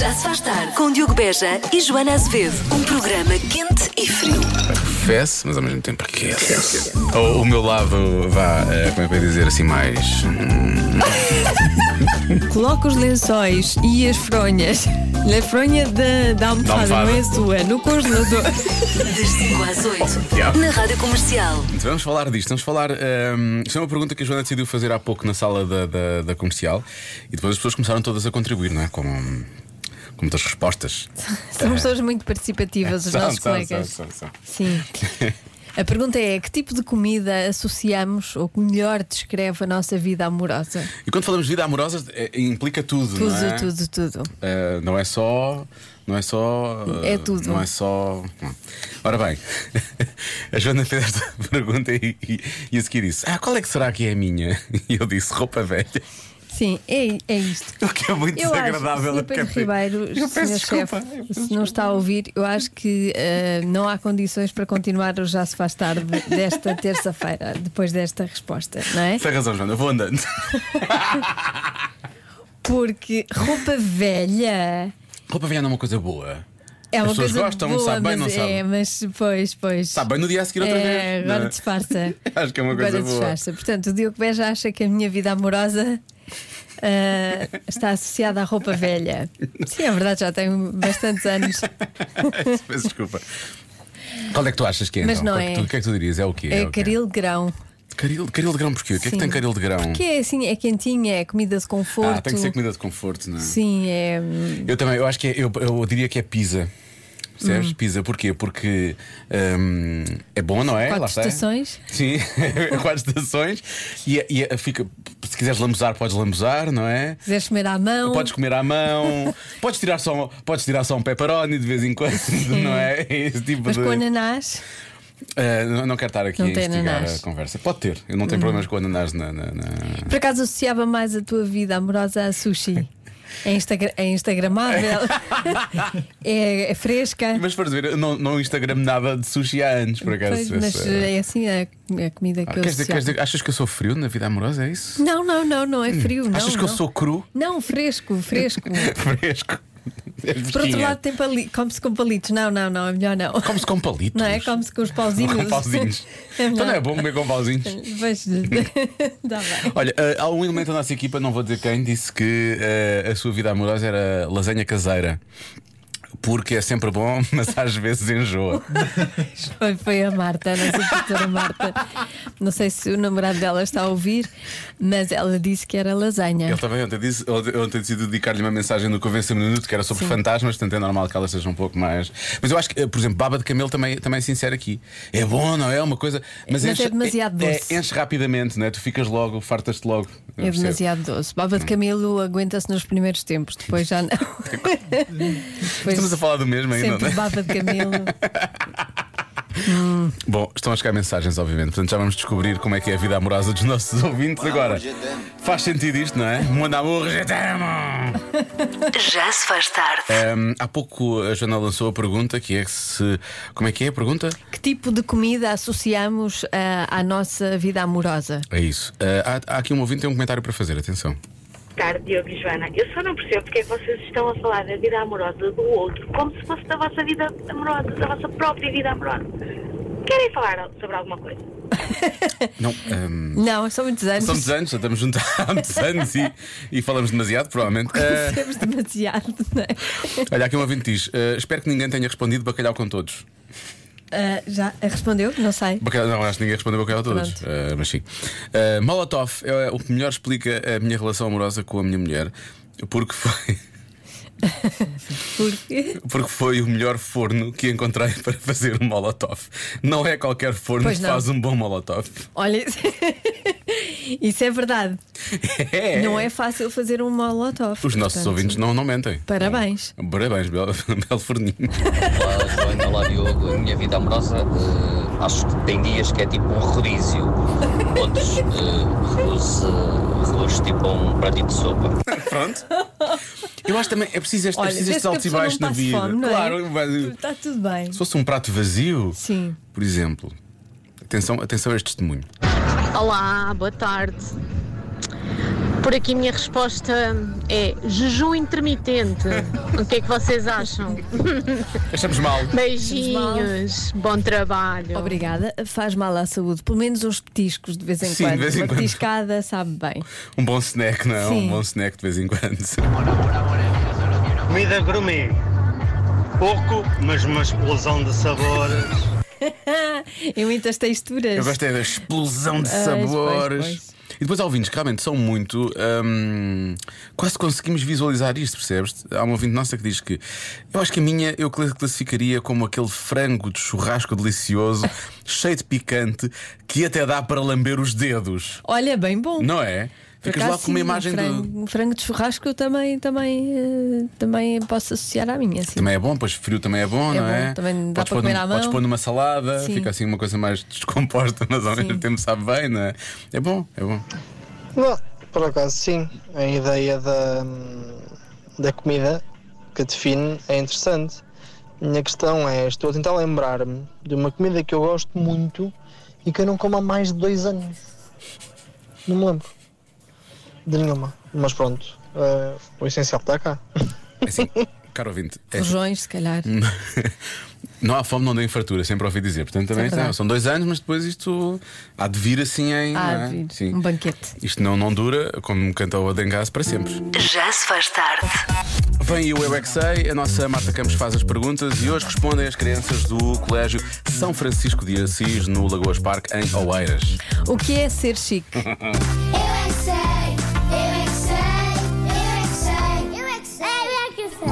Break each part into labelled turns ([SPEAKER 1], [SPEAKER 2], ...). [SPEAKER 1] Já se faz tarde com Diogo Beja e Joana Azevedo. Um programa quente e frio.
[SPEAKER 2] Fesse, mas ao mesmo tempo aquece. O, o meu lado, vá, eh, como é que eu ia dizer assim, mais.
[SPEAKER 3] Coloca os lençóis e as fronhas na fronha da, da almofada,
[SPEAKER 2] Da almofada.
[SPEAKER 3] não é sua, no congelador.
[SPEAKER 1] Das 5 às 8.
[SPEAKER 2] Yeah.
[SPEAKER 1] Na rádio comercial.
[SPEAKER 2] Vamos falar disto, vamos falar. ehm, isto é uma pergunta que a Joana decidiu fazer há pouco na sala da, da, da comercial e depois as pessoas começaram todas a contribuir, não é? Com, com muitas respostas.
[SPEAKER 3] São pessoas muito participativas, os
[SPEAKER 2] São,
[SPEAKER 3] nossos
[SPEAKER 2] são,
[SPEAKER 3] colegas.
[SPEAKER 2] são, são, são.
[SPEAKER 3] Sim. A pergunta é: que tipo de comida associamos ou que melhor descreve a nossa vida amorosa?
[SPEAKER 2] E quando falamos de vida amorosa, eh, implica tudo,
[SPEAKER 3] Tudo,
[SPEAKER 2] não é?
[SPEAKER 3] tudo, tudo.
[SPEAKER 2] Uh, não é só. Não é só. uh,
[SPEAKER 3] É tudo.
[SPEAKER 2] Não é só. não. Ora bem, a Joana fez esta pergunta e, e, e a seguir disse: Ah, qual é que será que é a minha? E eu disse: roupa velha.
[SPEAKER 3] Sim, é, é isto.
[SPEAKER 2] O que é muito
[SPEAKER 3] Eu
[SPEAKER 2] desagradável.
[SPEAKER 3] acho que Pedro
[SPEAKER 2] porque- é tipo,
[SPEAKER 3] Ribeiro,
[SPEAKER 2] Eu peço
[SPEAKER 3] senhor chefe,
[SPEAKER 2] desculpa. Eu peço
[SPEAKER 3] se não está a ouvir, eu acho que eh, não há condições para continuar o Já Se Faz Tarde desta terça-feira, depois desta resposta, não é?
[SPEAKER 2] Tem razão, Joana, eu vou andando.
[SPEAKER 3] Porque roupa velha
[SPEAKER 2] Roupa velha não é uma coisa boa.
[SPEAKER 3] é
[SPEAKER 2] As
[SPEAKER 3] uma
[SPEAKER 2] pessoas
[SPEAKER 3] coisa
[SPEAKER 2] gostam,
[SPEAKER 3] boa,
[SPEAKER 2] sabe bem,
[SPEAKER 3] mas
[SPEAKER 2] não sabe.
[SPEAKER 3] É, mas pois, pois.
[SPEAKER 2] Está bem no dia a seguir outra
[SPEAKER 3] é,
[SPEAKER 2] vez. não é?
[SPEAKER 3] agora disfarça.
[SPEAKER 2] Acho que é uma coisa
[SPEAKER 3] agora
[SPEAKER 2] boa.
[SPEAKER 3] disfarça. Portanto, o Diogo Beja acha que a minha vida amorosa ah, está associada à roupa velha. Sim, é verdade, já tenho bastantes anos.
[SPEAKER 2] Peço desculpa. Qual é que tu achas que é?
[SPEAKER 3] Mas
[SPEAKER 2] então?
[SPEAKER 3] não
[SPEAKER 2] Qual que
[SPEAKER 3] é.
[SPEAKER 2] tu- O que é que tu dirias? É o quê?
[SPEAKER 3] É
[SPEAKER 2] o quê?
[SPEAKER 3] caril de grão.
[SPEAKER 2] Caril, caril de grão, porquê? O que é que
[SPEAKER 3] Sim.
[SPEAKER 2] tem caril de grão?
[SPEAKER 3] Porque é assim, é quentinha, é comida de conforto.
[SPEAKER 2] Ah, tem que ser comida de conforto, não é?
[SPEAKER 3] Sim, é.
[SPEAKER 2] Eu também, eu acho que é, eu, eu diria que é pizza.
[SPEAKER 3] Hum.
[SPEAKER 2] Percebes? Pizza, porquê? Porque hum, é bom, não é?
[SPEAKER 3] Quatro
[SPEAKER 2] Lá está.
[SPEAKER 3] estações.
[SPEAKER 2] Sim, quatro estações. E, é, e fica, se quiseres lambuzar, podes lambuzar, não é?
[SPEAKER 3] Quiseres comer à mão.
[SPEAKER 2] Podes comer à mão, podes tirar só, um- podes tirar só um pepperoni de vez em quando, não é? Esse tipo
[SPEAKER 3] Mas
[SPEAKER 2] de.
[SPEAKER 3] com ananás.
[SPEAKER 2] Ah, não- não quero estar aqui
[SPEAKER 3] Não
[SPEAKER 2] a
[SPEAKER 3] tem
[SPEAKER 2] instigar
[SPEAKER 3] ananás. Hum.
[SPEAKER 2] a conversa. Pode ter, eu não tenho problemas com ananás na. na- na-
[SPEAKER 3] Por acaso associava mais a tua vida amorosa a sushi? É, instagra- é instagramável, é, é fresca,
[SPEAKER 2] Mas para ver, eu não, não Instagram nada de sushi há anos, por acaso.
[SPEAKER 3] Pois, mas
[SPEAKER 2] Essa-
[SPEAKER 3] é assim a, a comida que
[SPEAKER 2] Ah,
[SPEAKER 3] eu
[SPEAKER 2] queres dizer-
[SPEAKER 3] associava.
[SPEAKER 2] queres dizer- achas que eu sou frio na vida amorosa? É isso?
[SPEAKER 3] Não, não, não, não é frio. não,
[SPEAKER 2] achas que eu
[SPEAKER 3] não.
[SPEAKER 2] sou cru? É
[SPEAKER 3] Não, fresco, fresco.
[SPEAKER 2] Fresco. És
[SPEAKER 3] Por outro
[SPEAKER 2] fresquinha.
[SPEAKER 3] lado, tem pali... come-se com palitos. Não, não, não, é melhor não.
[SPEAKER 2] Come-se com palitos.
[SPEAKER 3] Não é? Come-se com os pauzinhos.
[SPEAKER 2] com pauzinhos.
[SPEAKER 3] É
[SPEAKER 2] então não é
[SPEAKER 3] melhor.
[SPEAKER 2] bom comer com pauzinhos.
[SPEAKER 3] Pois, dá bem.
[SPEAKER 2] Olha, ah, há um elemento da nossa equipa, não vou dizer quem, disse que ah, a sua vida amorosa era lasanha caseira. Porque é sempre bom, mas às vezes enjoa.
[SPEAKER 3] Foi, foi a Marta, a nossa professora Marta. Não sei se o namorado dela está a ouvir, mas ela disse que era lasanha.
[SPEAKER 2] Ele também ontem disse, ontem ontem decidi dedicar-lhe uma mensagem no Convença-me no Minuto que era sobre fantasmas, portanto é normal que ela seja um pouco mais. Mas eu acho que, eh, por exemplo, baba de camelo também, também é sincero aqui. É bom, não é? Uma coisa. Mas,
[SPEAKER 3] Mas é
[SPEAKER 2] enche,
[SPEAKER 3] demasiado
[SPEAKER 2] é-
[SPEAKER 3] doce.
[SPEAKER 2] é- enche rapidamente, não é? Tu ficas logo, fartas-te logo. Eu
[SPEAKER 3] É
[SPEAKER 2] percebo.
[SPEAKER 3] demasiado doce. Baba de Camelo aguenta-se nos primeiros tempos, depois já não.
[SPEAKER 2] Estamos a
[SPEAKER 3] Depois
[SPEAKER 2] falar do mesmo ainda, não
[SPEAKER 3] sempre
[SPEAKER 2] é?
[SPEAKER 3] baba de Camelo.
[SPEAKER 2] Bom, estão a chegar mensagens, obviamente, portanto já vamos descobrir como é que é a vida amorosa dos nossos ouvintes agora. Faz sentido isto, não é? Manda amor, já tamo!
[SPEAKER 1] Já se faz tarde.
[SPEAKER 2] Ahm, Há pouco a Joana lançou a pergunta que é se. Como é que é a pergunta?
[SPEAKER 3] Que tipo de comida associamos ah, à nossa vida amorosa?
[SPEAKER 2] É isso. Eh, há, há aqui um ouvinte que tem um comentário para fazer, atenção.
[SPEAKER 4] tarde, Diogo e Joana. Eu só não percebo porque é que vocês estão a falar da vida amorosa do outro como se fosse da vossa vida amorosa, da vossa própria vida amorosa. Querem falar sobre alguma coisa?
[SPEAKER 2] Não. ehm,
[SPEAKER 3] Não, são muitos anos.
[SPEAKER 2] são muitos anos, já estamos juntos há muitos anos e, e falamos demasiado, provavelmente. Eh,
[SPEAKER 3] Conhecemos demasiado, não é?
[SPEAKER 2] olha, aqui um ouvinte diz: eh, Espero que ninguém tenha respondido bacalhau com todos.
[SPEAKER 3] Ah, já respondeu? Não sei.
[SPEAKER 2] Bacalhau, não, acho que ninguém respondeu bacalhau com todos.
[SPEAKER 3] Pronto.
[SPEAKER 2] Eh, mas sim. Eh, Molotov é o que melhor explica a minha relação amorosa com a minha mulher, porque foi.
[SPEAKER 3] Porque.
[SPEAKER 2] Porque foi o melhor forno que encontrei para fazer um molotov. Não é qualquer forno
[SPEAKER 3] Pois
[SPEAKER 2] que
[SPEAKER 3] não.
[SPEAKER 2] faz um bom molotov.
[SPEAKER 3] Olha, isso- isso é verdade. Não é fácil fazer um molotov.
[SPEAKER 2] Os nossos
[SPEAKER 3] portanto.
[SPEAKER 2] ouvintes não, não mentem.
[SPEAKER 3] Parabéns.
[SPEAKER 2] Parabéns, belo, belo forninho.
[SPEAKER 5] Olá, Joana, olá, Diogo. A minha vida amorosa, eh, acho que tem dias que é tipo um rodízio. Outros eh, reduz, eh, reduz tipo a um prato de sopa.
[SPEAKER 2] Pronto. Eu acho também, é preciso, este, é
[SPEAKER 3] Olha,
[SPEAKER 2] preciso
[SPEAKER 3] desde
[SPEAKER 2] estes
[SPEAKER 3] que a
[SPEAKER 2] altos e
[SPEAKER 3] pessoa
[SPEAKER 2] baixos
[SPEAKER 3] não
[SPEAKER 2] na
[SPEAKER 3] passe
[SPEAKER 2] vida.
[SPEAKER 3] fome, não é?
[SPEAKER 2] Claro, vai-
[SPEAKER 3] Está tudo bem.
[SPEAKER 2] se fosse um prato vazio,
[SPEAKER 3] Sim.
[SPEAKER 2] por exemplo. Atenção, atenção a este testemunho.
[SPEAKER 6] Olá, boa tarde. Por aqui, minha resposta é jejum intermitente. o que é que vocês acham?
[SPEAKER 2] Achamos mal.
[SPEAKER 6] Beijinhos, bom trabalho.
[SPEAKER 3] Obrigada, faz mal à saúde. Pelo menos uns petiscos de vez em
[SPEAKER 2] Sim, de
[SPEAKER 3] quando.
[SPEAKER 2] vez em
[SPEAKER 3] Uma
[SPEAKER 2] quando.
[SPEAKER 3] petiscada sabe bem.
[SPEAKER 2] Um bom snack, não é? Um
[SPEAKER 3] Sim.
[SPEAKER 2] bom snack de vez em quando.
[SPEAKER 7] Comida gourmet. Pouco, mas uma explosão de sabores.
[SPEAKER 3] e Ah, muitas texturas.
[SPEAKER 2] Eu gosto é da explosão de
[SPEAKER 3] Ah, Pois,
[SPEAKER 2] sabores.
[SPEAKER 3] pois, pois.
[SPEAKER 2] E depois há ouvintes que realmente são muito. hum, quase conseguimos visualizar isto, percebes? Há um ouvinte nossa que diz que eu acho que a minha eu cla- classificaria como aquele frango de churrasco delicioso, cheio de picante, que até dá para lamber os dedos,
[SPEAKER 3] Olha, bem bom.
[SPEAKER 2] não é?
[SPEAKER 3] Por
[SPEAKER 2] Ficas
[SPEAKER 3] acaso,
[SPEAKER 2] lá com uma
[SPEAKER 3] sim,
[SPEAKER 2] imagem
[SPEAKER 3] um
[SPEAKER 2] do.
[SPEAKER 3] frango, um frango de churrasco eu também, também, eh, também posso associar à minha. Sim.
[SPEAKER 2] Também é bom, pois frio também é bom,
[SPEAKER 3] É
[SPEAKER 2] não
[SPEAKER 3] bom,
[SPEAKER 2] é?
[SPEAKER 3] também dá
[SPEAKER 2] podes
[SPEAKER 3] para
[SPEAKER 2] pôr
[SPEAKER 3] comer
[SPEAKER 2] num-
[SPEAKER 3] à
[SPEAKER 2] Podes
[SPEAKER 3] mão.
[SPEAKER 2] pôr numa salada,
[SPEAKER 3] Sim.
[SPEAKER 2] fica assim uma coisa mais descomposta, mas ao mesmo
[SPEAKER 3] Sim.
[SPEAKER 2] tempo sabe bem, não é? É bom, é bom.
[SPEAKER 8] Não, por acaso sim. A ideia da, da comida que define é interessante. Minha questão é, estou a tentar lembrar-me de uma comida que eu gosto muito e que eu não como há mais de dois anos. Não me lembro. De nenhuma. Mas pronto, eh, o essencial está cá.
[SPEAKER 2] É assim, caro ouvinte, é assim,
[SPEAKER 3] Rojões, se calhar.
[SPEAKER 2] não há fome, não dá infartura, sempre ouvi dizer. Portanto, também
[SPEAKER 3] Isso é verdade.
[SPEAKER 2] não, são dois anos, mas depois isto há de vir assim em.
[SPEAKER 3] Ah,
[SPEAKER 2] não é?
[SPEAKER 3] vir,
[SPEAKER 2] Sim.
[SPEAKER 3] um banquete.
[SPEAKER 2] Isto não, não dura, como canta o Adengás, para sempre.
[SPEAKER 1] Já se faz tarde.
[SPEAKER 2] Vem aí o Eu é Que Sei, a nossa Marta Campos faz as perguntas e hoje respondem as crianças do Colégio São Francisco de Assis, no Lagoas Parque, em Oeiras.
[SPEAKER 3] O que é ser chique?
[SPEAKER 9] Eu é que sei, eu é que sei, eu é que sei, eu é que sei, eu é que sei.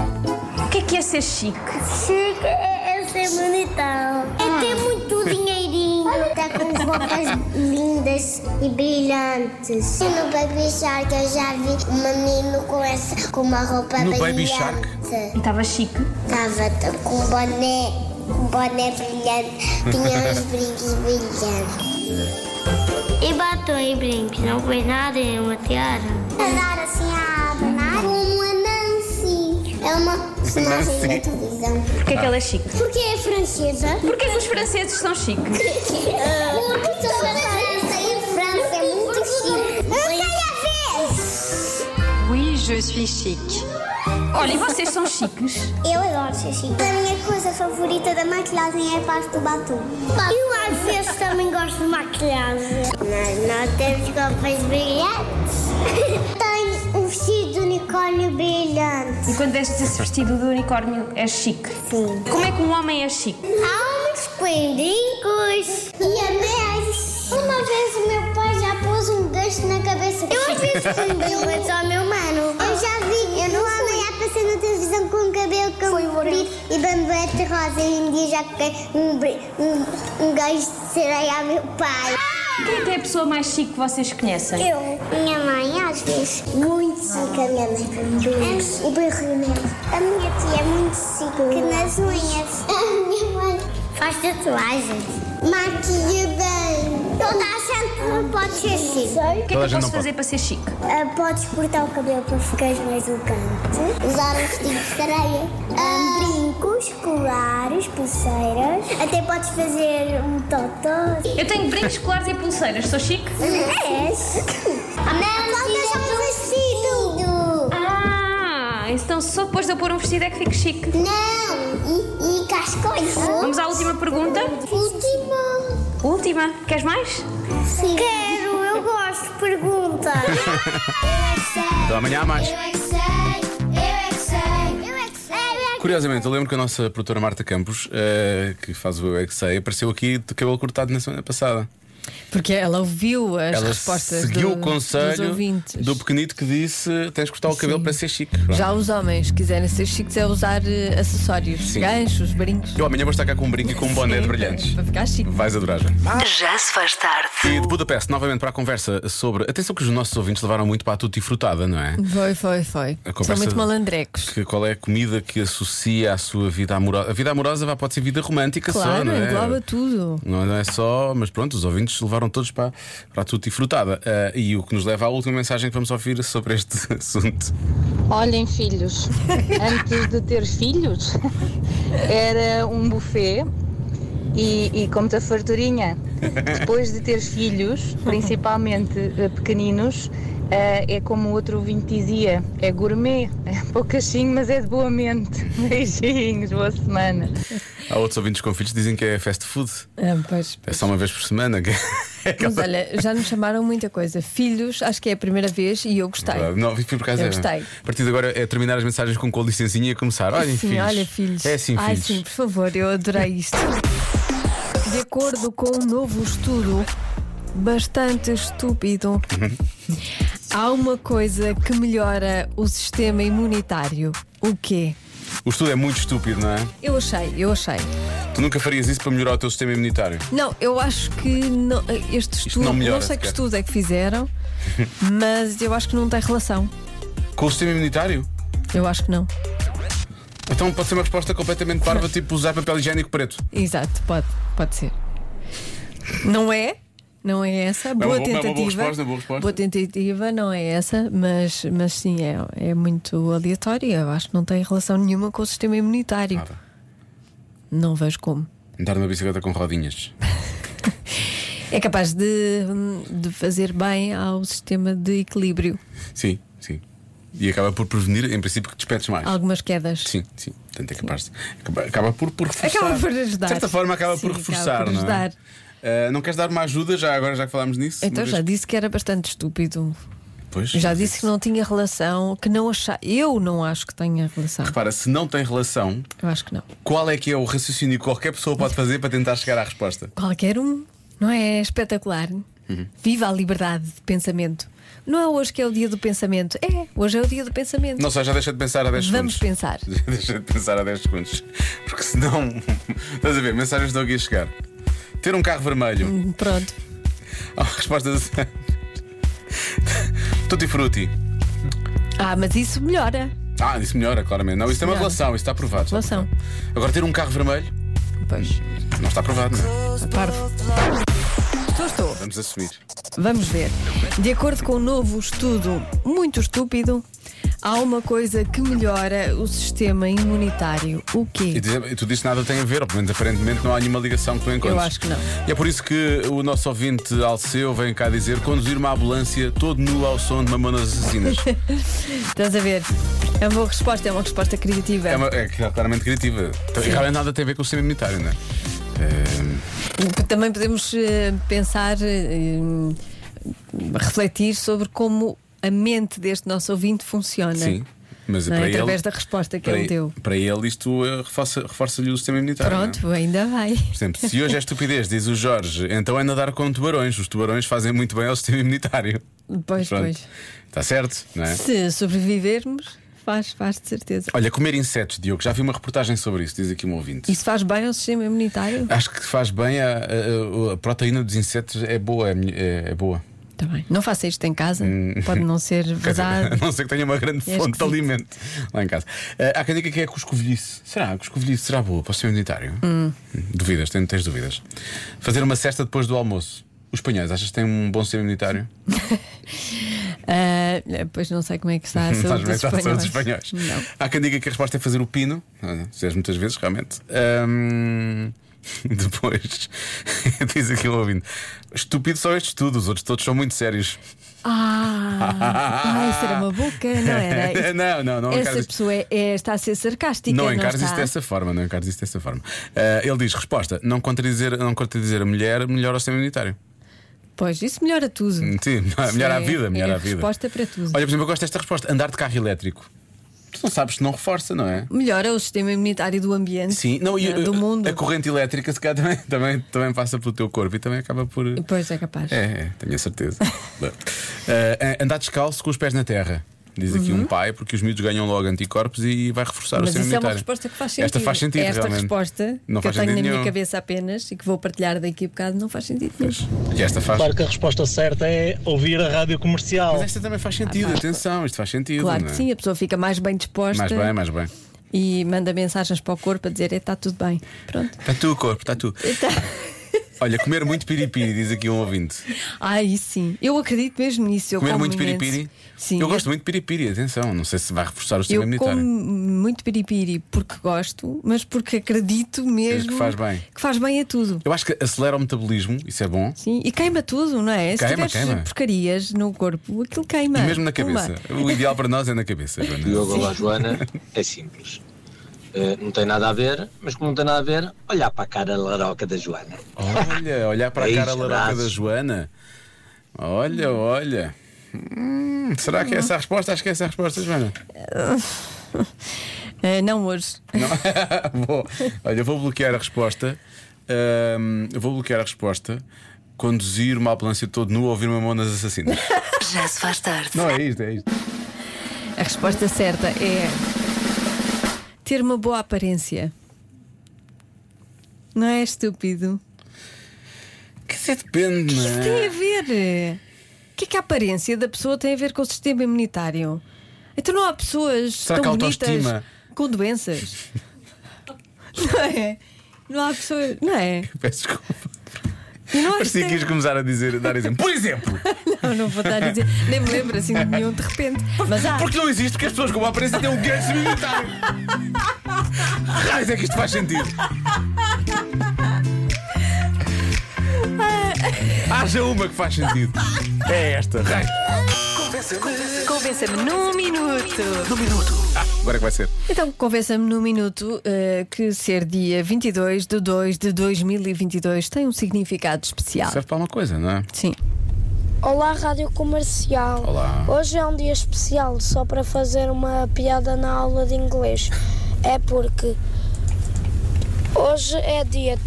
[SPEAKER 10] O que é que é ser chique?
[SPEAKER 9] Chique é ser bonitão. É
[SPEAKER 10] Ah.
[SPEAKER 9] ter muito dinheirinho. Está com roupas lindas e brilhantes. E no Baby Shark eu já vi um menino com, essa, com uma roupa
[SPEAKER 2] No
[SPEAKER 9] brilhante.
[SPEAKER 2] Baby Shark?
[SPEAKER 10] E estava chique?
[SPEAKER 9] Tava t- com um boné, com um boné brilhante, tinha uns brincos brilhantes. É. E batom e brincos, não foi nada em uma tiara. Andar assim a abanar? Como a Nancy. É uma
[SPEAKER 2] assim?
[SPEAKER 9] personagem da televisão.
[SPEAKER 10] Porquê é que ela é chique?
[SPEAKER 9] Porque é francesa.
[SPEAKER 10] Porquê que os franceses são chiques?
[SPEAKER 9] Porque toda a França em França é muito chique. Eu quero ver!
[SPEAKER 10] Oui, je suis chique. Olha, e vocês são chiques?
[SPEAKER 9] Eu adoro ser chique. A minha coisa favorita da maquilhagem é a parte do batom. Eu às vezes também gosto de maquilhagem. Nós não temos roupas brilhantes. Tenho um vestido de unicórnio brilhante.
[SPEAKER 10] E quando vestes esse vestido de unicórnio, és chique?
[SPEAKER 9] Sim.
[SPEAKER 10] Como é que um homem é chique?
[SPEAKER 9] Há muitos coelhinhos e anéis. Uma vez o meu pai já pôs um gancho na cabeça. Eu às vezes escondi, mas ao meu mano. Eu já vi eu não um homem a passar na televisão com um cabelo comprido e bamboete rosa. E um dia já peguei um, bri- um, um gancho de sereia ao meu pai.
[SPEAKER 10] Quem é que é a pessoa mais chique que vocês conhecem?
[SPEAKER 9] Eu, minha mãe, às vezes, muito chique, a minha mãe, o berro mesmo. A minha tia é muito chique, que nas unhas. A minha mãe faz tatuagens. Maquia bem. Toda a gente não pode ser
[SPEAKER 10] O
[SPEAKER 9] chique.
[SPEAKER 10] que é que
[SPEAKER 2] Toda a
[SPEAKER 10] eu
[SPEAKER 2] gente não
[SPEAKER 10] posso
[SPEAKER 2] pode.
[SPEAKER 10] fazer para ser chique?
[SPEAKER 9] Podes cortar o cabelo para ficares mais elegante. Usar um vestido de sereia. Ah, brincos, colares, pulseiras. Até podes fazer um totó.
[SPEAKER 10] Eu tenho brincos, colares e pulseiras, sou chique?
[SPEAKER 9] És? um Não, não, vestido.
[SPEAKER 10] Ah, então só depois de eu pôr um vestido é que fico chique.
[SPEAKER 9] Não, e, e cascóis.
[SPEAKER 10] Vamos à última pergunta?
[SPEAKER 9] Última.
[SPEAKER 10] Última, queres mais?
[SPEAKER 9] Quero, eu gosto de perguntas.
[SPEAKER 2] Então amanhã há mais.
[SPEAKER 9] é Eu é que sei, eu é que sei, eu é que sei, eu é que sei.
[SPEAKER 2] Curiosamente, eu lembro que a nossa produtora Marta Campos, eh, que faz o Eu É Que Sei, apareceu aqui de cabelo cortado na semana passada.
[SPEAKER 3] Porque ela ouviu as
[SPEAKER 2] Ela
[SPEAKER 3] respostas
[SPEAKER 2] seguiu
[SPEAKER 3] do-
[SPEAKER 2] o
[SPEAKER 3] dos
[SPEAKER 2] conselho
[SPEAKER 3] ouvintes.
[SPEAKER 2] do pequenito que disse: tens de cortar o cabelo para ser chique. Pronto.
[SPEAKER 3] Já os homens quiserem ser chiques é usar eh, acessórios,
[SPEAKER 2] Sim.
[SPEAKER 3] ganchos, brincos.
[SPEAKER 2] Eu amanhã vou estar cá com um brinco e com um boné de
[SPEAKER 3] Sim,
[SPEAKER 2] brilhantes.
[SPEAKER 3] Para ficar chique.
[SPEAKER 2] Vais adorar já.
[SPEAKER 1] Já se faz tarde.
[SPEAKER 2] E de Budapeste, novamente para a conversa sobre. Atenção que os nossos ouvintes levaram muito para a tutti frutada, não é?
[SPEAKER 3] Foi, foi, foi.
[SPEAKER 2] A
[SPEAKER 3] São
[SPEAKER 2] conversa-
[SPEAKER 3] muito malandrecos.
[SPEAKER 2] Que qual é a comida que associa à sua vida amorosa? A vida amorosa vá, pode ser vida romântica só,
[SPEAKER 3] Claro,
[SPEAKER 2] não é?
[SPEAKER 3] engloba tudo.
[SPEAKER 2] Não não é só, mas pronto, os ouvintes levaram todos para, para a tutti frutada. Ah, e o que nos leva à última mensagem que vamos ouvir sobre este assunto.
[SPEAKER 11] Olhem, filhos, antes de ter filhos, era um buffet e, e como a farturinha. Depois de ter filhos, principalmente eh, pequeninos, Ah, é como o outro ouvinte dizia, é gourmet, é pouco cachinho, mas é de boa mente. Beijinhos, boa semana.
[SPEAKER 2] Há outros ouvintes com filhos que dizem que é fast food.
[SPEAKER 3] Ah, pois.
[SPEAKER 2] É só uma vez por semana. que- é aquela-
[SPEAKER 3] Mas olha, já nos chamaram muita coisa. Filhos, acho que é a primeira vez e eu gostei.
[SPEAKER 2] Não, vi por acaso
[SPEAKER 3] Eu
[SPEAKER 2] é.
[SPEAKER 3] gostei. É
[SPEAKER 2] A partir de agora é terminar as mensagens com, com licencinha e começar. Olhem,
[SPEAKER 3] sim,
[SPEAKER 2] filhos.
[SPEAKER 3] olha, filhos.
[SPEAKER 2] É assim,
[SPEAKER 3] Ai,
[SPEAKER 2] filhos.
[SPEAKER 3] sim, por favor, eu adorei isto. De acordo com um novo estudo, bastante estúpido, há uma coisa que melhora o sistema imunitário. O quê?
[SPEAKER 2] O estudo é muito estúpido, não é?
[SPEAKER 3] Eu achei, eu achei.
[SPEAKER 2] Tu nunca farias isso para melhorar o teu sistema imunitário.
[SPEAKER 3] Não, eu acho que não- este estudo,
[SPEAKER 2] não melhora
[SPEAKER 3] sei que
[SPEAKER 2] sequer.
[SPEAKER 3] estudo é que fizeram, mas eu acho que não tem relação.
[SPEAKER 2] Com o sistema imunitário?
[SPEAKER 3] Eu acho que não.
[SPEAKER 2] Então pode ser uma resposta completamente parva, tipo usar papel higiênico preto.
[SPEAKER 3] Exato, pode, pode ser. Não é? Não é essa. Boa
[SPEAKER 2] uma boa- é uma boa
[SPEAKER 3] tentativa.
[SPEAKER 2] resposta, boa resposta.
[SPEAKER 3] tentativa, não é essa, mas, mas sim, é, é muito aleatório. Eu acho que não tem relação nenhuma com o sistema imunitário. Não vejo como.
[SPEAKER 2] Andar numa bicicleta com rodinhas.
[SPEAKER 3] É capaz de, de fazer bem ao sistema de equilíbrio.
[SPEAKER 2] Sim, sim. E acaba por prevenir, em princípio, que despetes mais.
[SPEAKER 3] Algumas quedas.
[SPEAKER 2] Sim, sim. Portanto, é capaz de. Acaba, acaba por, por reforçar.
[SPEAKER 3] Acaba por ajudar.
[SPEAKER 2] De certa forma, acaba
[SPEAKER 3] Sim,
[SPEAKER 2] por
[SPEAKER 3] acaba
[SPEAKER 2] reforçar, não
[SPEAKER 3] por
[SPEAKER 2] é?
[SPEAKER 3] ajudar.
[SPEAKER 2] Ah, não queres dar uma ajuda já agora, já que falámos nisso?
[SPEAKER 3] Então
[SPEAKER 2] Uma
[SPEAKER 3] já
[SPEAKER 2] vez-
[SPEAKER 3] disse que era bastante estúpido.
[SPEAKER 2] Pois.
[SPEAKER 3] Já disse que não tinha relação, que não achar. Eu não acho que tenha relação.
[SPEAKER 2] Repara, se não tem relação,
[SPEAKER 3] Eu acho que não.
[SPEAKER 2] qual é que é o raciocínio que qualquer pessoa pode fazer para tentar chegar à resposta?
[SPEAKER 3] Qualquer um, não é espetacular? Viva a liberdade de pensamento. Não é hoje que é o dia do pensamento. É, hoje é o dia do pensamento.
[SPEAKER 2] Não sei, já deixa de pensar há 10
[SPEAKER 3] Vamos
[SPEAKER 2] segundos.
[SPEAKER 3] pensar.
[SPEAKER 2] Deixa de pensar há 10 segundos. Porque senão. Estás a ver, mensagens estão aqui a chegar. Ter um carro vermelho.
[SPEAKER 3] Hum, Pronto.
[SPEAKER 2] Há uma resposta assim. Tutti frutti.
[SPEAKER 3] Ah, mas isso melhora.
[SPEAKER 2] Ah, isso melhora, claramente. Não, isso tem uma
[SPEAKER 3] Melhora.
[SPEAKER 2] relação, isso está aprovado.
[SPEAKER 3] Relação.
[SPEAKER 2] Agora, ter um carro vermelho.
[SPEAKER 3] Pois.
[SPEAKER 2] Não está aprovado, não é?
[SPEAKER 3] Parvo. Estou, estou.
[SPEAKER 2] Vamos assumir.
[SPEAKER 3] Vamos ver. De acordo com um novo estudo muito estúpido, há uma coisa que melhora o sistema imunitário. O
[SPEAKER 2] E
[SPEAKER 3] quê?
[SPEAKER 2] dizer- e tu disse nada tem a ver, pelo menos aparentemente não há nenhuma ligação que tu encontres.
[SPEAKER 3] Eu acho que não.
[SPEAKER 2] E é por isso que o nosso ouvinte Alceu vem cá dizer conduzir uma ambulância todo nu ao som de mamonas assassinas.
[SPEAKER 3] Estás a ver? É uma boa resposta, é uma resposta criativa.
[SPEAKER 2] é, uma- é claramente criativa. Então, E realmente nada tem a ver com o sistema imunitário, não é? É,
[SPEAKER 3] Também podemos eh, pensar, eh, refletir sobre como a mente deste nosso ouvinte funciona.
[SPEAKER 2] Sim, mas
[SPEAKER 3] Não é?
[SPEAKER 2] para ele.
[SPEAKER 3] Através da resposta que
[SPEAKER 2] para,
[SPEAKER 3] ele deu.
[SPEAKER 2] Para ele isto eh, reforça- reforça-lhe o sistema imunitário. não é?
[SPEAKER 3] Pronto, ainda vai.
[SPEAKER 2] Por exemplo, se hoje é estupidez, diz o Jorge, então é nadar com tubarões. Os tubarões fazem muito bem ao sistema imunitário.
[SPEAKER 3] Pois,
[SPEAKER 2] Pronto.
[SPEAKER 3] pois.
[SPEAKER 2] Está certo, não é?
[SPEAKER 3] Se sobrevivermos, faz, faz de certeza.
[SPEAKER 2] Olha, comer insetos, Diogo, já vi uma reportagem sobre isso, diz aqui um ouvinte.
[SPEAKER 3] Isso faz bem ao sistema imunitário?
[SPEAKER 2] Acho que faz bem, a, a- a proteína dos insetos é boa. É, melho- é- é boa.
[SPEAKER 3] Está bem. Não faça isto em casa,
[SPEAKER 2] Hum.
[SPEAKER 3] pode não ser
[SPEAKER 2] Quer dizer, a
[SPEAKER 3] verdade.
[SPEAKER 2] não ser que tenha uma grande
[SPEAKER 3] É
[SPEAKER 2] fonte de alimento lá em casa. Ah, há quem diga que é cuscovilhice. Será? A Cuscovilhice será boa para o sistema imunitário?
[SPEAKER 3] Hum.
[SPEAKER 2] Duvidas, tens, tens dúvidas. Fazer uma cesta depois do almoço. Os espanhóis, achas que têm um bom sistema imunitário?
[SPEAKER 3] Ah, pois não sei como é que está a
[SPEAKER 2] Não
[SPEAKER 3] saúde
[SPEAKER 2] faz
[SPEAKER 3] dos
[SPEAKER 2] bem para a saúde
[SPEAKER 3] espanhóis.
[SPEAKER 2] dos espanhóis.
[SPEAKER 3] Não.
[SPEAKER 2] Há quem diga que a resposta é fazer o pino. Olha, Fizes muitas vezes, realmente. Ahm, Depois, diz aqui o ouvindo: estúpido só este estudo, os outros todos são muito sérios.
[SPEAKER 3] Ah, ah, isso era uma boca, não era? Isso-
[SPEAKER 2] não, não, não
[SPEAKER 3] Essa
[SPEAKER 2] encaras,
[SPEAKER 3] pessoa é- é- está a ser sarcástica.
[SPEAKER 2] não encaras
[SPEAKER 3] está?
[SPEAKER 2] isso dessa forma. Não encaras isso dessa forma. Ah, ele diz: resposta: não contradizer, não contradizer a mulher, melhor ao sistema imunitário.
[SPEAKER 3] Pois, isso melhora tudo.
[SPEAKER 2] Sim,
[SPEAKER 3] Isso
[SPEAKER 2] melhor à
[SPEAKER 3] é-
[SPEAKER 2] vida, melhor
[SPEAKER 3] é
[SPEAKER 2] à
[SPEAKER 3] a
[SPEAKER 2] vida.
[SPEAKER 3] resposta para tudo.
[SPEAKER 2] Olha, por exemplo, eu gosto desta resposta: andar de carro elétrico. Tu não sabes se não reforça, não é?
[SPEAKER 3] Melhora o sistema imunitário do ambiente.
[SPEAKER 2] Sim, não, e, eh,
[SPEAKER 3] né, do mundo.
[SPEAKER 2] a corrente elétrica se calhar também, também, também passa pelo teu corpo e também acaba por.
[SPEAKER 3] Pois é capaz.
[SPEAKER 2] É, é tenho a certeza. Bom. Ah, andar descalço com os pés na terra. Diz aqui
[SPEAKER 3] Uhum.
[SPEAKER 2] um pai, porque os miúdos ganham logo anticorpos e vai reforçar o
[SPEAKER 3] Mas
[SPEAKER 2] sistema
[SPEAKER 3] isso é uma
[SPEAKER 2] imunitário.
[SPEAKER 3] resposta que faz sentido. É
[SPEAKER 2] Esta faz sentido,
[SPEAKER 3] Esta
[SPEAKER 2] realmente.
[SPEAKER 3] resposta
[SPEAKER 2] Não
[SPEAKER 3] que eu
[SPEAKER 2] faz
[SPEAKER 3] tenho na
[SPEAKER 2] sentido
[SPEAKER 3] minha
[SPEAKER 2] nenhum.
[SPEAKER 3] cabeça apenas e que vou partilhar daqui a bocado não faz sentido nenhum.
[SPEAKER 2] E esta faz.
[SPEAKER 12] Claro que a resposta certa é ouvir a rádio comercial.
[SPEAKER 2] Mas esta também faz sentido, atenção, isto faz sentido.
[SPEAKER 3] Claro
[SPEAKER 2] não
[SPEAKER 3] que
[SPEAKER 2] é?
[SPEAKER 3] sim, a pessoa fica mais bem disposta
[SPEAKER 2] Mais bem, mais bem.
[SPEAKER 3] "É, e manda mensagens para o corpo a dizer: está tudo bem. Pronto. Então,
[SPEAKER 2] Está tu, corpo, está tu. Olha, comer muito piripiri, diz aqui um ouvinte.
[SPEAKER 3] Ai, sim. Eu acredito mesmo nisso. Eu
[SPEAKER 2] comer
[SPEAKER 3] como
[SPEAKER 2] muito
[SPEAKER 3] imenso.
[SPEAKER 2] piripiri?
[SPEAKER 3] Sim.
[SPEAKER 2] Eu gosto muito de piripiri, atenção. Não sei se vai reforçar o
[SPEAKER 3] Eu
[SPEAKER 2] sistema militar.
[SPEAKER 3] como muito piripiri porque gosto, mas porque acredito mesmo
[SPEAKER 2] que faz bem.
[SPEAKER 3] que faz bem a tudo.
[SPEAKER 2] Eu acho que acelera o metabolismo, isso é bom.
[SPEAKER 3] Sim, e queima tudo, não
[SPEAKER 2] Queima,
[SPEAKER 3] é? Se tiveres
[SPEAKER 2] queima.
[SPEAKER 3] porcarias no corpo, aquilo queima.
[SPEAKER 2] E mesmo na
[SPEAKER 3] Pumba.
[SPEAKER 2] cabeça. O ideal para nós é na cabeça, Joana.
[SPEAKER 13] Diogo, olá Joana, é simples. Eh, não tem nada a ver, mas como não tem nada a ver, olhar para a cara laroca da Joana.
[SPEAKER 2] Olha, olhar para a
[SPEAKER 13] Beijos,
[SPEAKER 2] cara laroca da
[SPEAKER 13] abraços.
[SPEAKER 2] Joana. Olha, olha. Hum, será que é essa a resposta? Acho que é essa a resposta, Joana.
[SPEAKER 3] Eh, não hoje.
[SPEAKER 2] Vou- Ah, olha, eu vou bloquear a resposta. Hum, eu vou bloquear a resposta. Conduzir uma ambulância todo nu a ouvir mamonas assassinas.
[SPEAKER 1] Já se faz tarde.
[SPEAKER 2] Não é isto, é isto.
[SPEAKER 3] A resposta certa é ter uma boa aparência. Não é estúpido?
[SPEAKER 2] Quer dizer, depende,
[SPEAKER 3] O que
[SPEAKER 2] não
[SPEAKER 3] isso
[SPEAKER 2] é?
[SPEAKER 3] tem a ver? O que é que a aparência da pessoa tem a ver com o sistema imunitário? Então não há pessoas
[SPEAKER 2] Será
[SPEAKER 3] tão
[SPEAKER 2] que a
[SPEAKER 3] bonitas
[SPEAKER 2] autoestima?
[SPEAKER 3] com doenças. não é? Não há pessoas. Não é?
[SPEAKER 2] Peço desculpa.
[SPEAKER 3] E não há
[SPEAKER 2] Parecia
[SPEAKER 3] esta-
[SPEAKER 2] que ias começar a dizer, a dar exemplo. Por exemplo,
[SPEAKER 3] Não, não vou dar a dizer. Nem me lembro assim de nenhum de repente. Mas há.
[SPEAKER 2] porque não existe que as pessoas com uma aparência tenham um gancho militar. Raios é que isto faz sentido. Haja uma que faz sentido. É esta, raio.
[SPEAKER 1] Convença-me num minuto. Num minuto.
[SPEAKER 2] Agora é que vai ser.
[SPEAKER 3] Então, convença-me num minuto eh, que ser dia 22 de 2 de 2022 tem um significado especial.
[SPEAKER 2] Serve para uma coisa, não é?
[SPEAKER 3] Sim.
[SPEAKER 14] Olá, Rádio Comercial.
[SPEAKER 2] Olá.
[SPEAKER 14] Hoje é um dia especial só para fazer uma piada na aula de inglês. É porque hoje é dia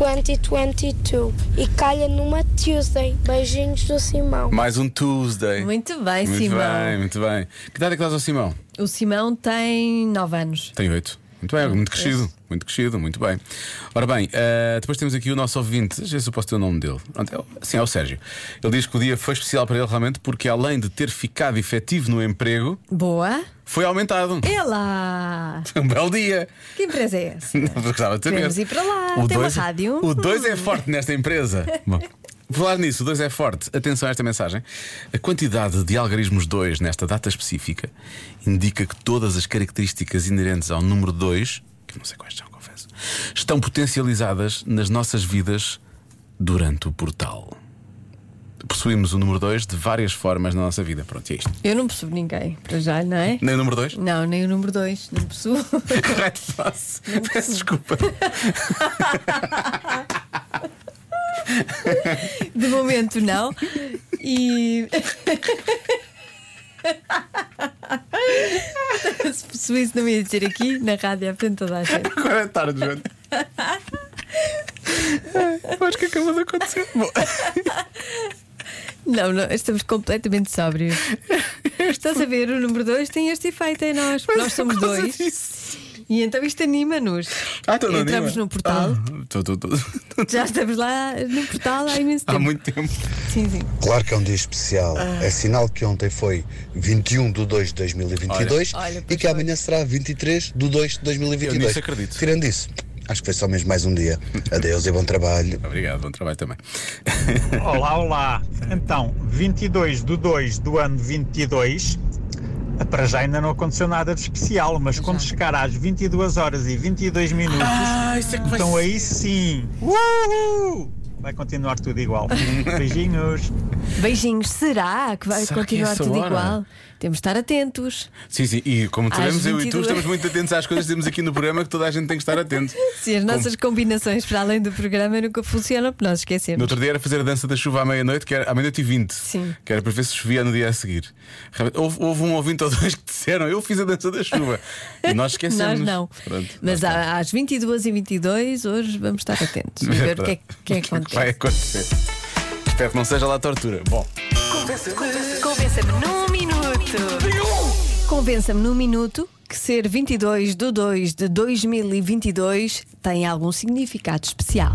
[SPEAKER 14] 2202-2022 e calha numa Tuesday. Beijinhos do Simão.
[SPEAKER 2] Mais um Tuesday.
[SPEAKER 3] Muito bem,
[SPEAKER 2] muito
[SPEAKER 3] Simão.
[SPEAKER 2] bem, muito bem. Que idade é que dás ao Simão?
[SPEAKER 3] O Simão tem 9 anos.
[SPEAKER 2] Tem oito. Muito bem, muito crescido, muito crescido, muito bem. Ora bem, eh, depois temos aqui o nosso ouvinte, já sei se eu posso ter o nome dele. Pronto, é o- sim, é o Sérgio. Ele diz que o dia foi especial para ele realmente porque, além de ter ficado efetivo no emprego,
[SPEAKER 3] Boa.
[SPEAKER 2] foi aumentado.
[SPEAKER 3] Ela!
[SPEAKER 2] Foi um belo dia.
[SPEAKER 3] Que empresa é essa?
[SPEAKER 2] Gostava de saber.
[SPEAKER 3] Queremos ir para lá, tem uma
[SPEAKER 2] dois-
[SPEAKER 3] rádio.
[SPEAKER 2] O 2 é forte nesta empresa. Bom, falar nisso, o 2 é forte. Atenção a esta mensagem. A quantidade de algarismos 2 nesta data específica indica que todas as características inerentes ao número 2, que eu não sei quais são, confesso, estão potencializadas nas nossas vidas durante o portal. Possuímos o número 2 de várias formas na nossa vida. Pronto, e é isto.
[SPEAKER 3] Eu não percebo ninguém, para já, não é?
[SPEAKER 2] Nem o número 2?
[SPEAKER 3] Não, nem o número 2, não percebo.
[SPEAKER 2] Correto, faço. Peço desculpa.
[SPEAKER 3] De momento, não. E. Se percebesse, não ia dizer aqui na rádio, à frente de toda a gente.
[SPEAKER 2] Agora é tarde, Joana. Eu Acho que acabou de acontecer. Bom.
[SPEAKER 3] Não, não, estamos completamente sóbrios. Estás a ver, o número 2 tem este efeito em nós. porque nós somos dois. E então isto anima-nos.
[SPEAKER 15] Ah,
[SPEAKER 2] então não
[SPEAKER 3] Entramos
[SPEAKER 2] anima.
[SPEAKER 3] no portal.
[SPEAKER 2] Ah, tô, tô, tô.
[SPEAKER 3] Já estamos lá no portal há imenso tempo.
[SPEAKER 2] muito tempo.
[SPEAKER 3] Sim, sim.
[SPEAKER 15] Claro que é um dia especial.
[SPEAKER 3] Ah.
[SPEAKER 15] É sinal que ontem foi 21 de 2 de 2022
[SPEAKER 3] Olha. Olha,
[SPEAKER 15] e que amanhã será 23 de 2 de 2022.
[SPEAKER 2] Eu nisso acredito.
[SPEAKER 15] Tirando isso, acho que foi só mesmo mais um dia. Adeus e bom trabalho.
[SPEAKER 2] Obrigado, bom trabalho também.
[SPEAKER 16] Olá, olá. Então, 22 de 2 do ano 22. eh, Para já ainda não aconteceu nada de especial, mas quando chegar às 22 horas e 22 minutos,
[SPEAKER 2] Ah, é
[SPEAKER 16] então aí sim, uhul, vai continuar tudo igual. Beijinhos.
[SPEAKER 3] Beijinhos, será que vai
[SPEAKER 16] Será que é
[SPEAKER 3] continuar
[SPEAKER 16] essa
[SPEAKER 3] tudo
[SPEAKER 16] hora?
[SPEAKER 3] igual? Temos de estar atentos.
[SPEAKER 2] Sim, sim, e como
[SPEAKER 3] Às
[SPEAKER 2] sabemos, eu e tu
[SPEAKER 3] 22.
[SPEAKER 2] estamos muito atentos às coisas que temos aqui no programa que toda a gente tem que estar atento.
[SPEAKER 3] Se as nossas combinações para além do programa nunca funcionam, porque nós esquecemos.
[SPEAKER 2] No outro dia era fazer a dança da chuva à meia-noite, que era à meia-noite e vinte. Sim. Que era para ver se chovia no dia a seguir. Realmente, Houve, houve um ouvinte ou dois que disseram: Eu fiz a dança da chuva. E nós esquecemos.
[SPEAKER 3] Nós não.
[SPEAKER 2] Pronto.
[SPEAKER 3] Mas à- às 22 e 22 hoje vamos estar atentos e ver o que é que, é que
[SPEAKER 2] O que
[SPEAKER 3] acontece.
[SPEAKER 2] vai acontecer? Espero que não seja lá tortura. Bom,
[SPEAKER 1] Convença-me num minuto.
[SPEAKER 3] Convença-me num minuto que ser 22 de 2 de 2022 tem algum significado especial.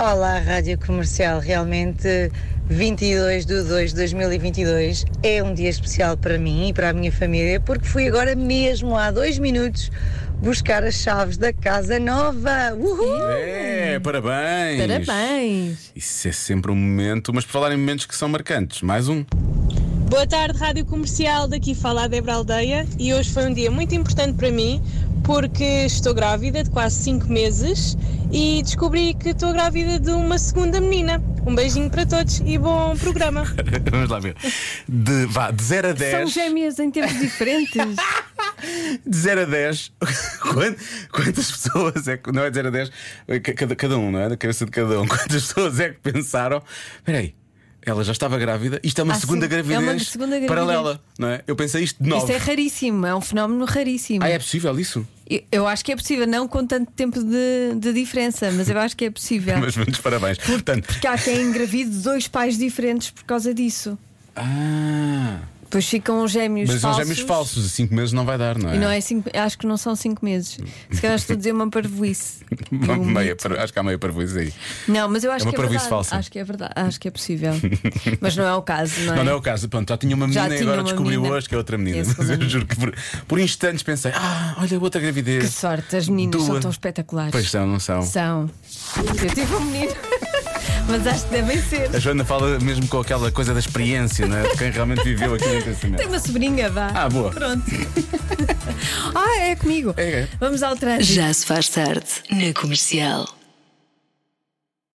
[SPEAKER 17] Olá, Rádio Comercial. Realmente, 22 de 2 de 2022 é um dia especial para mim e para a minha família, porque fui agora mesmo há dois minutos
[SPEAKER 1] buscar as chaves da casa nova. Uhul!
[SPEAKER 3] Hum.
[SPEAKER 2] É, parabéns!
[SPEAKER 1] Parabéns.
[SPEAKER 2] Isso é sempre um momento, mas por falar em momentos que são marcantes, mais um.
[SPEAKER 11] Boa tarde, Rádio Comercial. Daqui fala a Debra Aldeia e hoje foi um dia muito importante para mim porque estou grávida de quase 5 meses e descobri que estou grávida de uma segunda menina. Um beijinho para todos e bom programa.
[SPEAKER 2] Vamos lá ver. De, vá, de 0 a 10.
[SPEAKER 3] São gêmeas em tempos diferentes.
[SPEAKER 2] De 0 a 10, quant- quantas pessoas é que. Não é de 0 a 10, ca- cada, cada um, não é? Da cabeça de cada um. Quantas pessoas é que pensaram? Espera aí, ela já estava grávida, isto é uma
[SPEAKER 3] Ah,
[SPEAKER 2] segunda
[SPEAKER 3] sim, é uma
[SPEAKER 2] gravidez
[SPEAKER 3] segunda gravidez.
[SPEAKER 2] paralela, não é? Eu pensei isto de
[SPEAKER 3] Isto
[SPEAKER 2] nove.
[SPEAKER 3] é raríssimo, é um fenómeno raríssimo.
[SPEAKER 2] Ah, é possível isso?
[SPEAKER 3] Eu- Eu acho que é possível, não com tanto tempo de, de diferença, mas eu acho que é possível.
[SPEAKER 2] Mas muitos parabéns. Portanto,
[SPEAKER 3] Porque há quem engravide de dois pais diferentes por causa disso.
[SPEAKER 2] ah,
[SPEAKER 3] Depois ficam gêmeos
[SPEAKER 2] mas são
[SPEAKER 3] falsos.
[SPEAKER 2] gêmeos falsos, 5 meses não vai dar, não é?
[SPEAKER 3] E não é cinco, acho que não são cinco meses. Se calhar estou a dizer uma parvoíce. um
[SPEAKER 2] meia, par- acho que há meia parvoíce aí.
[SPEAKER 3] Não, mas eu acho
[SPEAKER 2] É uma
[SPEAKER 3] que é
[SPEAKER 2] parvoíce
[SPEAKER 3] verdade.
[SPEAKER 2] falsa.
[SPEAKER 3] Acho que é verdade, acho que é possível. mas não é o caso, não é?
[SPEAKER 2] Não, não é o caso. Pronto, já tinha uma
[SPEAKER 3] Já
[SPEAKER 2] menina e
[SPEAKER 3] tinha
[SPEAKER 2] agora
[SPEAKER 3] uma
[SPEAKER 2] descobriu
[SPEAKER 3] menina.
[SPEAKER 2] hoje que é outra menina.
[SPEAKER 3] É a
[SPEAKER 2] Mas
[SPEAKER 3] segunda
[SPEAKER 2] eu juro que por, por instantes pensei, ah, olha, outra gravidez.
[SPEAKER 3] Que sorte, as meninas
[SPEAKER 2] Duas.
[SPEAKER 3] são tão espetaculares.
[SPEAKER 2] Pois são, não são.
[SPEAKER 3] São. Eu tive um menino, mas acho que devem ser.
[SPEAKER 2] A Joana fala mesmo com aquela coisa da experiência, não é? De quem realmente viveu aquele
[SPEAKER 3] Tenho
[SPEAKER 2] acontecimento.
[SPEAKER 3] uma sobrinha, vá.
[SPEAKER 2] Ah, boa.
[SPEAKER 3] Pronto. ah, é comigo. Vamos ao trânsito.
[SPEAKER 18] Já se faz tarde na comercial.